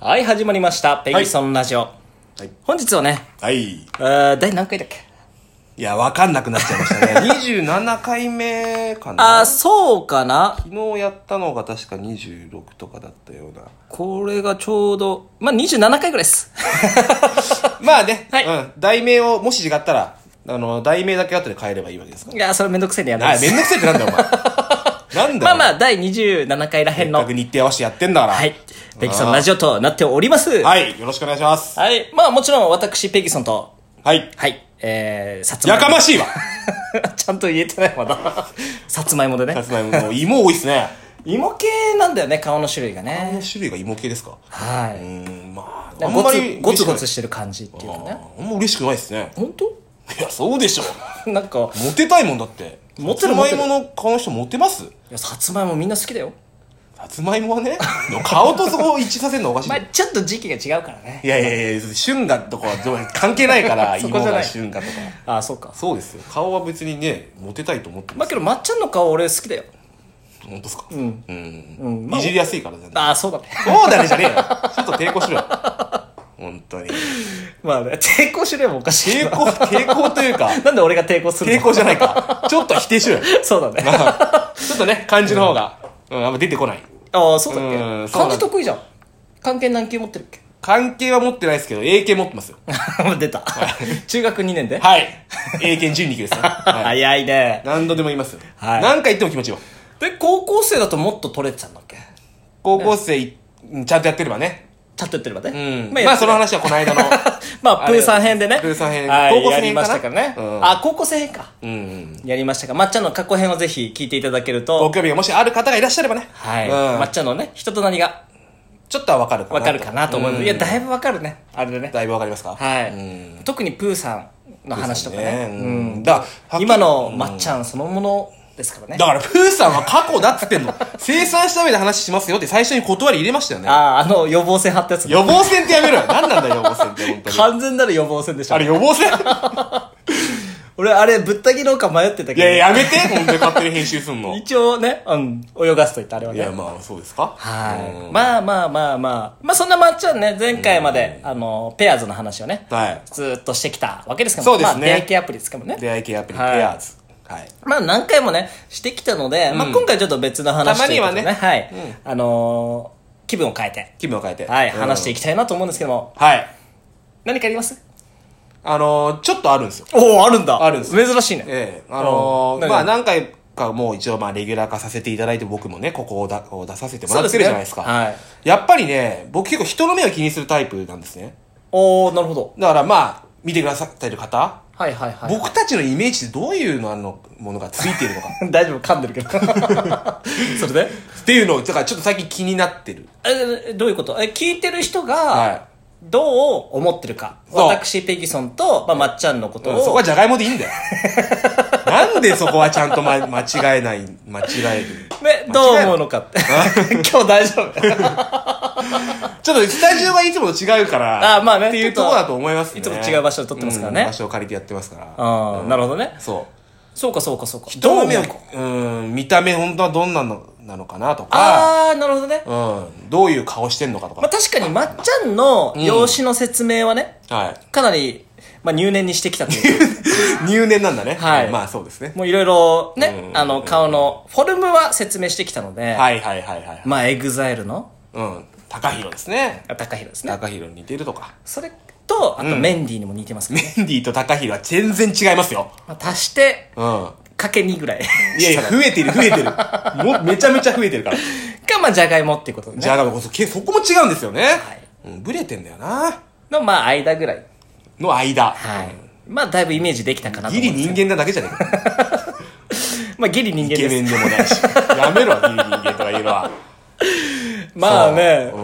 はい、始まりました。ペギソンラジオ。い本日はね、はい。いえー第何回だっけや、わかんなくなっちゃいまし たね。27回目かあー、な。そうかな。昨日やったのが確か26とかだったような。これがちょうど、まあ、27回ぐらいです。まあね、はいうん。題名を、もし違ったら、あの、題名だけ後で変えればいいわけですから。いやー、それめんどくせえんでやるんあで、す。めんどくせえってなんだよ、お 前。なんだまあよ。まあ。あ、第27回らへんの、各日程合わせてやってんだから。はい、ペギソンラジオとなっております。はい。はい。よろしくお願いします。まあ、もちろん私、ペギソンと、はい。はい、えー、さつまやいかましいわ。も。 ちゃんと言えてない、まだ。 さつまいもでさね。つまいも、もう芋多いっすね。芋系なんだよね、顔の種類がこのね。種類が芋系ですかはうい。ーん、まあ、あんゴまツり。ゴツゴツししてる感じっていうかてね。あんま嬉しくないっすね。本いや、そうでしょう。当 なんか、モテたいもんだって。モテるさつまいもの顔の人モテますいや、さつまいもみんな好きだよ。さつまいもはね、でも顔とそこを一致させるのおかしい。まあ、ちょっと時期が違うからね。いやいやいや、旬がとかは関係ないから、そこじゃない芋が旬がとか。ああ、そうか。そうですよ。顔は別にね、モテたいと思ってままあす。けど、まっちゃんの顔俺好きだよ。本当ですかうん。うん。まあいじりやすいから全然。ああ、そうだね。 そうだねじゃねえよ。ちょっと抵抗しろよ。本当に。まあね、抵抗しればおかしいけ抵ど。抗、抵抗というか、なんで俺が抵抗するの抵抗じゃないか。ちょっと否定しろよ。そうだね。ちょっとね、漢字の方が、うん、あんま出てこない。 ああ、そうだっうんけそう漢なんだ字得意じゃん。関係何級持ってるっけ関係は持ってないですけど、英検持ってますよ。 出た。中学2年ではい。英検準2級ですね。はい、早いね。 何度でも言いますよ。はい何回言っても気持ちいいわ。で、高校生だともっと取れてたんだっけ高校生い、ちゃんとやってればね。ちゃんとやってればねうん。。まあ、その。やって話はこの 間の。 まあ、プーさん編でね。プーさん編はい高校生編やりかなましたからね。うんあ、高校生編か。うん。やりましたが、まっちゃんの過去編をぜひ聞いていただけるごと、興味がもしある方がいらっしゃればね。はい。うんまっちゃんのね、人となりがちょっとはわかるかな。わかるかなと思います。んいや、だいぶわかるね。あれでね。だいぶわかりますかはうんい。特にプーさんの話とかねね。うん。だから、今のまっちゃんそのものですからねだ。から、プーさんは過去だっつってんの。生産した上で話しますよって最初に断り入れましたよね。ああー、あの予防線張ったやつね。予防線ってやめろよ。何なんだよ、予防線って、本当に。完全なる予防線でしあょれ、。予防線俺、あれ、ぶった切ろうか迷ってたいや、けやめて、 本当に勝手に編集すんど。の。い一応ね、うん、泳がすと言ったあれはや、ね。まあ、そうですか。はい。まあまあまあまあ。まあそんなまっちゃんね、前回まで、あの、ペアーズの話をね、はい。ずーっとしてきたわけですからそうですねまあ、出会い系アプリですからね。出会い系アプリ、はいペアーズ。はい。まあ何回もね、してきたので、まあ今回ちょっと別の話たまにとはいねうことではい。あのー気分を変えて、気分を変えて。はい、うん話していきたいなと思うんですけども、はい。何かありますあのー、ちょっとあるんですよ。おおあるんだあるんです珍しいね。ええ。あのうー、んまあ、何回かもう一応、まあ、レギュラー化させていただいて、僕もね、ここをだこう出させてもらってるじゃないですか。そうですねやっぱりね、僕結構人の目を気にするタイプなんですね。おおなるほど。だから、まあ、見てくださってる方、はいはいはい。僕たちのイメージってどういうのあのものがついて いるのか大丈夫、噛んでるけど。 それでっていうのを、だからちょっと最近気になってる。え、どういうことえ、聞いてる人はいが、どう思ってるか。そう私、ペギソンと、まあ、まっちゃんのことうんそこをは、じゃがいもでい いんだよ。なんでそこはちゃんと、ま、間違えない、間違える。ね、どう思うのかって。 今日大丈夫。 ちょっとスタジオはいつもと違うから。あまあねっていうところだと思いますね。いつも違う場所で撮ってますからねうん場所を借りてやってますから。ああ、なるほどね。そう。そうかそうかそうか。人の目を、どう思うかうん、見た目本当はどんなのなのかなとか、ああ、なるほどね。うん、どういう顔してんのかとまあか。確かにまっちゃんの容姿の説明はね、はい。かなり、まあ入念にしてきたというか入念なんだね。はいまあそうですね。もういろいろね、うんあの顔のフォルムは説明してきたので、はいはいはいはい。まあエグザイルのうん。高弘ですね。高弘ですね。高弘に似てるとか。 それと、あとメンディーにも似てますけど、メンディーと高弘は全然違いますよ。まあ足して、うん。かけ2ぐらい。いやいや、増えてる増えてる。もめちゃめちゃ増えてるから。が、まあじゃがいもっていうことでじね。ゃがいも、そそこも違うんですよね。うん、ブレてんだよな。の、まあ間ぐらい。の間。はい。まあだいぶイメージできたかなとギ思リうんです人け間なだけじゃねえか。ど。まあギリ人間イケでメす。ンでもないし。やめろ、ギリ人間とか言うのは。まあねう。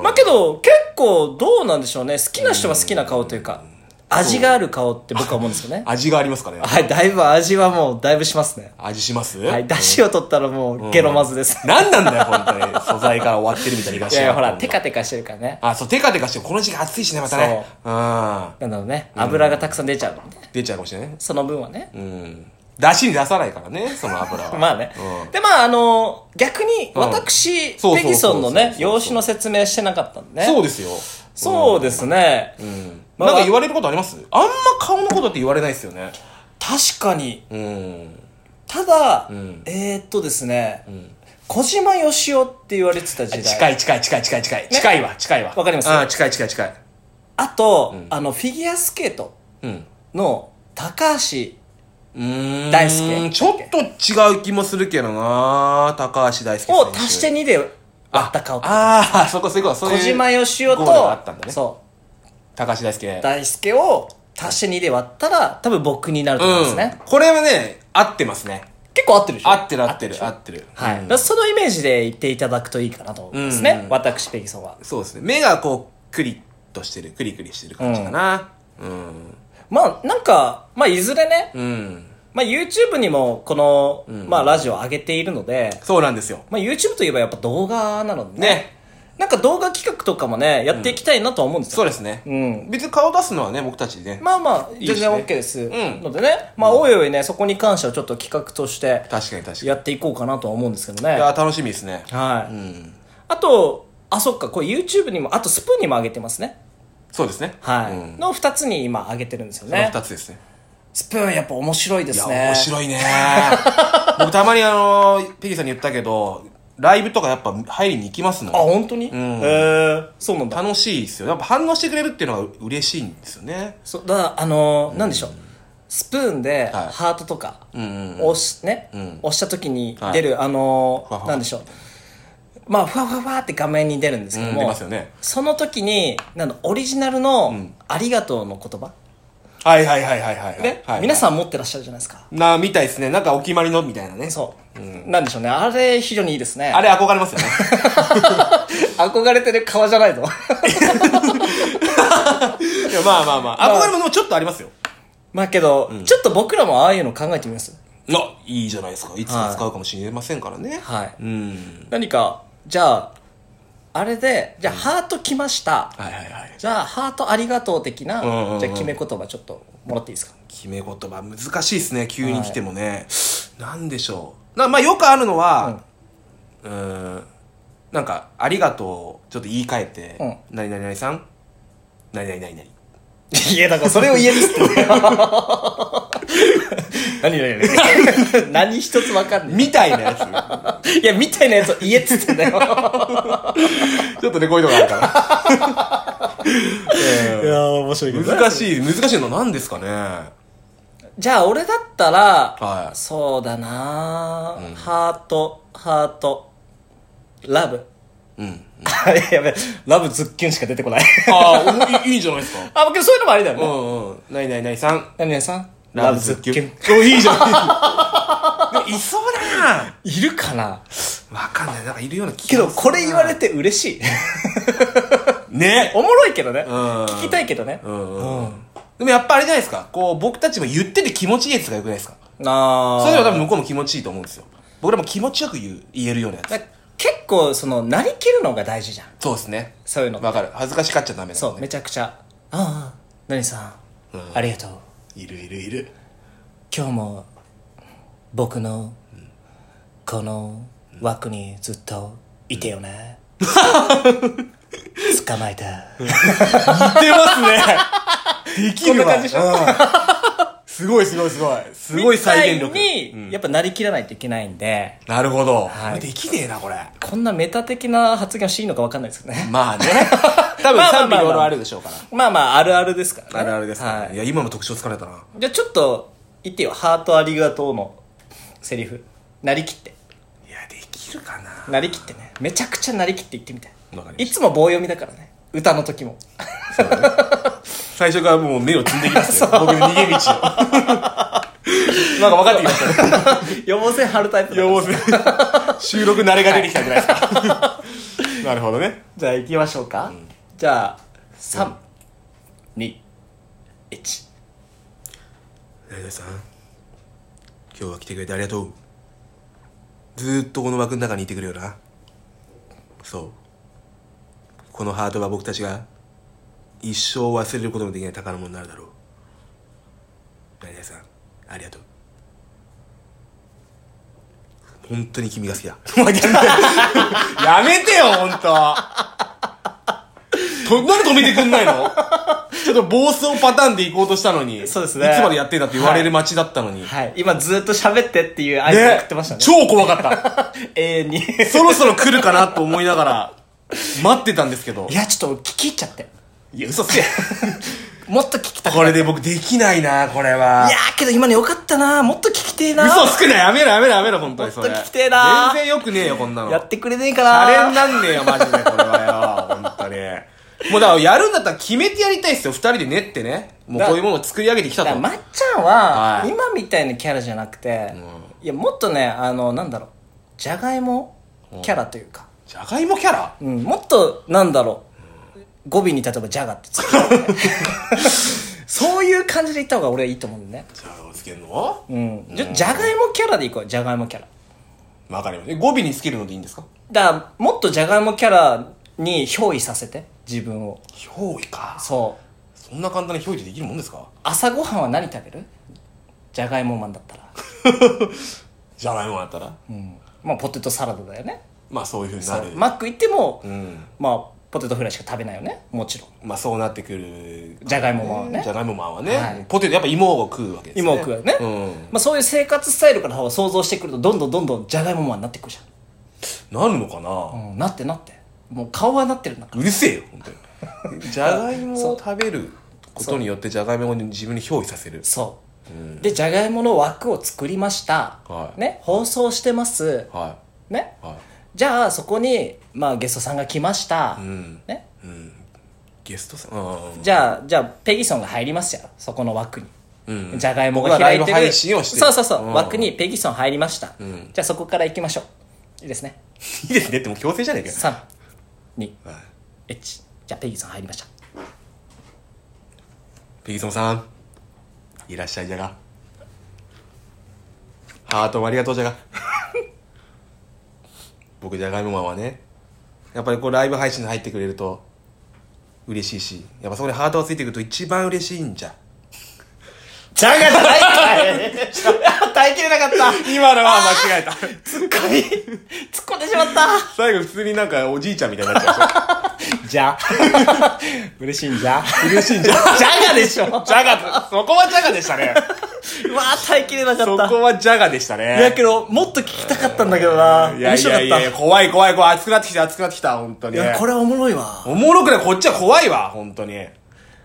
ん。まあけど、結構どうなんでしょうね。好きな人は好きな顔というか、味がある顔って僕は思うんですよね。味がありますから ね。はい、だいぶ味はもう、だいぶしますね。味しますはい、出汁を取ったらもう、ゲロまずです。 何なんだよ、本当に。素材から終わってるみたいに言いい方しやていや、ほら、テカテカしてるからね。あ、そう、テカテカしてる、この時期暑いしね、またね。うん。なんだろうね。油がたくさん出ちゃう。出ちゃうかもしれないね。その分はね。うん。出しに出さないからね、その油 は。まあねう。んで、まあ、あの、逆に、うん私、そうそうそうペギソンのそうそうね、そう用紙の説明してなかったんでね。そうですよ。そうですね。うん。まあなんか言われることありますあんま顔のことって言われないですよね。確かに。うん。ただ、んえー、っとですね、小島よしおって言われてた時代。近い近い近い近い近い。近いわ、近いわ。わかりますあ近い近い近い。あと、あの、フィギュアスケートうん。の高橋、うーん大輔ちょっと違う気もするけどな高橋大輔を足してに2で割った顔。ああそこそういうことそういう小島よしおゴールがあったんだと、ねそ高橋大輔う、大輔を足して2で割ったら、多分僕になると思うんですね。うんこれはね合ってますね結構合ってるでしょ合ってる合ってる合ってるはい。うんだからそのイメージで言っていただくといいかなと思うんですね。うん私、ペギソンは。そうですね目がこうクリッとしてるクリクリしてる感じかなうんまあ、なんか、まあ、いずれね、うんまあ、YouTube にも、この、まあ、ラジオ上げているので、そうなんですよまあ、YouTube といえばやっぱ動画なのでね。ねなんか動画企画とかもね、やっていきたいなとは思うんですそよ。うですねうん。別に顔出すのはね僕たちねまあまあ、いいしね全然 OK です。うんのでね、まあ、おいおいね、そこに関してはちょっと企画として、確かに確かにいやっていこうかなとは思うんですけどね。や楽しみですねはうい。んあと、あ、そっか、これ YouTube にも、あとスプーンにも上げてますね。そうですねはい。うんの2つに今上げてるんですよそのね。二つですねスプーンやっぱ面白いでいや、すね。面白いね。 僕たまにあの、ペギーさんに言ったけど、ライブとかやっぱ入りに行きますあ、もん。本当に、へんえそうなんだ。楽しいですよ。やっぱ反応してくれるっていうのが嬉しいんですよね。そう、だから、あのーなんでしょう。スプーンで、はいハートとか、うんうんうん。押し、ね、ん押した時に出る、あのーふわふわなんでしょう。まあ、ふわふわふわって画面に出るんですけどうんも、出ますよね。その時に、なんだオリジナルの、ありがとうの言葉、はいはいはいはいはい。ね、はい、皆さん持ってらっしゃるじゃないですか。ん。な、みたいですね。なんかお決まりのみたいなね。そう。なんでしょうね。あれ、非常にいいですね。あれ憧れますよ ね。憧れてる顔じゃないぞ。いや、まあまあまあ。憧れものもちょっとありますよ。 まあけど、ちょっと僕らもああいうの考えてみますあ、いいじゃないですか。いつか使うかもしれませんからね。はい。うん。何か、じゃあ、あれで、じゃあ、ハート来ました。はいはいはい。じゃあ、ハートありがとう的な、うんうんうんじゃあ、決め言葉ちょっともらっていいですか決め言葉難しいですね急に来てもね、なんでしょうなまあよくあるのはうーんなんか「ありがとう」をちょっと言い換えてうん「何々々さん何々々々」いや、だからそれを言えるっすって。 何何何 何一つわかんねみたいなやえ。いや、みたいなやつを言えっつってん だよ。つ ちょっとねこういうのがあるから いや、面白い難しい難しいのなんですかねじゃあ、俺だったら、はいそうだな、ハート、ハート、ラブ。うんあ やべえ、ラブズッキュンしか出てこない。 ああいいいいんじゃないですかあ、けどそういうのもありだようね。んうん何々々さん何々さんラブズッキュンおいい じゃんでもいそうだないるかなわかんないなんかいるような気がけど、するなこれ言われて嬉しい。 ねおもろいけどね。ん聞きたいけどね。うんでもやっぱあれじゃないですか。こう、僕たちも言ってて気持ちいいやつがよくないですか。あーそれでは多分向こうも気持ちいいと思うんですよ。僕らも気持ちよく言う、言えるようなやつ。だ結構、その、なりきるのが大事じゃん。そうですね。そういうの。わかる。恥ずかしかっちゃダメだ、ね。そう、めちゃくちゃ。ああ、何さん,、ありがとう。いるいるいる。今日も、僕の、この枠にずっといてよね。捕まえた。似てますね。できるわ。こんな感じでしょうんすごいすごいすごい。すごい再現力。みたいに、やっぱなりきらないといけないんで、なるほど。はいできねえな、これ。こんなメタ的な発言をしていいのか分かんないですけどね。まあ ね。多分まあまあまあ賛否両論あるでしょうから。まあまあ、あるあるですからね。あるあるですから、。はいいや、今の特徴疲れたな。い。じゃあちょっと、言ってよ。ハートありがとうのセリフ。なりきって。いや、できるかな。なりきってね。めちゃくちゃなりきって言ってみたい。わかりましたいつも棒読みだからね。歌の 時も。最初からもう目をつんでき ますよ。僕の逃げ道を。なんか分かってきましたね。予防線張るタイプだから要望する。 収録慣れが出てきたんじゃないですか。 なるほどね。じゃあ行きましょうか。じゃあ、3、2、1。成田さん、今日は来てくれてありがとう。ずーっとこの枠の中にいてくれよな。そう。このハートは僕たちが一生忘れることのできない宝物になるだろう。成田さん、ありがとう。本当に君が好き だもうやめやめてよ、ほんと。となんで止めてくんないの ちょっと暴走パターンで行こうとしたのにそうですねいつまでやってんだって言われる街だったのに、はい。今ずっと喋ってっていう合図ね送ってましたね。 超怖かった永遠に。いそろそろ来るかなと思いながら待ってたんですけどや、ちょっと聞き入っちゃって。いや嘘つけもっと聞きたくこなれい。いで僕できないなこれはやーけど今のよかったなもっと聞きてえな嘘つくなやめろやめろやめろ本当にそれほんときてえな全然よくねえよこんなのやってくれねえかあれなになんねえよマジでこれはよ本当にもうだからやるんだったら決めてやりたいっすよ二人で練ってねもうこういうものを作り上げてきただとからまっちゃんはは、い今みたいなキャラじゃなくて、いや、もっとね、あの、なんだろう、じゃがいもキャラというか、じゃがいもキャラうん、もっと、なんだろう、語尾に例えばじゃがってつけ てそういう感じでいった方が俺はいいと思うんだよね。じゃがいもつけるのうん。じゃ、じゃがいもキャラでいこう、じゃがいもキャラ。わかりますえ語尾につけるのでいいんですかだから、もっとじゃがいもキャラに憑依させて、自分を。憑依かそう。そんな簡単に憑依ってできるもんですか朝ごはんは何食べるじゃがいもマンだったら。じゃがいもだったらうん。まあ、ポテトサラダだよね。まあそういうふうにそなうるマック行っても、うんまあ、ポテトフライしか食べないよね。もちろん。まあそうなってくるじゃがいもマンはねじゃがいもマンははねいポテトやっぱ芋を食うわけですね今食うよね。うんまあ、そういう生活スタイルから想像してくると、どんどんどんどんじゃがいもマンになってくるじゃん。なるのかなうん、なってなってもう顔はなってるんだかうるせえよ本 当にじゃがいもを食べることによってじゃがいもに自分に憑依させるらそう、でじゃがいもの枠を作りました、はいね放送してますはねいはじゃあそこに、まあ、ゲストさんが来ました、いうんねうんゲストさんうんじゃあじゃあペギソンが入りますよそこの枠に、うんじゃがいもが開いて僕るはライブ配信をしてるそうそうそう、うん枠にペギソン入りました、んじゃあそこから行きましょういいですねいいですねってもう強制じゃねえかよ321じはいゃあペギソン入りましたペギソンさんいらっしゃいじゃがハートもありがとうじゃが 僕じゃがいもマンはねやっぱりこうライブ配信に入ってくれると嬉しいしやっぱそこにハートがついてくると一番嬉しいんじゃじゃがじゃないかい耐えきれなかった 今のは間違えた突っ込み、 突っ込んでしまった。最後普通になんかおじいちゃんみたいになっちゃ じゃ。嬉しいんじゃ。う嬉しいんじゃじゃがでしょ。うわ じゃがそこはじゃがでしたねー、耐えきれなかそった。こはじゃがでしたねいやけど、もっと聞きたかったんだけどな。いや面い白かっやた。いやいや怖い怖い怖い熱くなってきた熱くなってきた本当にいやこれはおもろいわ。おもろくないこっちは怖いわ本当に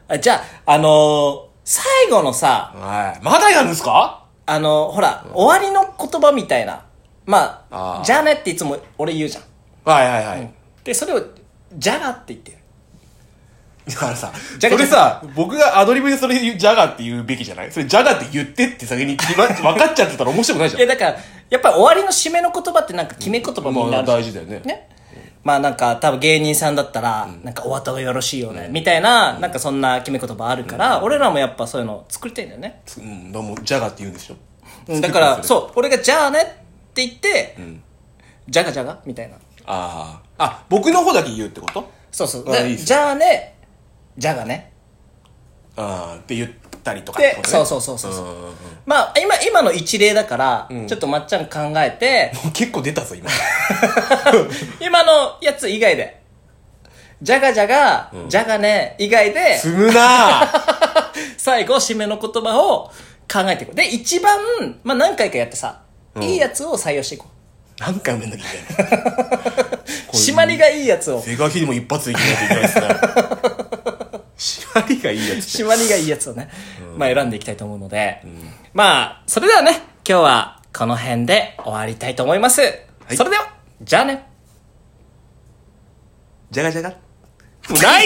あじゃあ、あのー、最後のさ、はい。まだやるんすかあのー、ほら、終わりの言葉みたいな。まあ、あーじゃあねっていつも俺言うじゃん。はいはいはい。で、それを、じゃがって言ってる。だからさ、ジャガ それさ、僕がアドリブでそれ言う、ジャガって言うべきじゃないそれジャガって言ってって先に決ま分かっちゃってたら面白くないじいや、ゃだから、やっぱり終わりの締めの言葉ってなんか決め言葉ん。みんまなああるじゃん大事だよね。ね。まあなんか多分芸人さんだったら、なんかお後がよろしいよね、みたいな、なんかそんな決め言葉あるから、俺らもやっぱそういうの作りたいんだよね。つうん、だからもうジャガって言うんでしょ。うんだから、う。そう、俺がじゃあねって言って、じゃがじゃがみたいな。ああ。あ、僕の方だけ言うってことそうそう。あでいいっすねじゃあね、じゃがね。ああ、って言ったりとかってでこ、とね。そうそうそうそうそう。うんうんうんまあ今、今の一例だから、ちょっとまっちゃん考えて、 結構出たぞ、今。今のやつ以外で、じゃがじゃが、じゃがね以外で、積むなぁ。最後、締めの言葉を考えていこう。で、一番、まあ、何回かやってさ、いいやつを採用していこう。何回もやんなきゃいけ ない。こういう締まりがいいや つを。セガキにも一発でいけないといけないです ね。締まりがいいやつ。締まりがいいやつをね、まあ、選んでいきたいと思うので、まあ、それではね、今日はこの辺で終わりたいと思います。いそれでは、じゃあね。ジャガジャガ。ない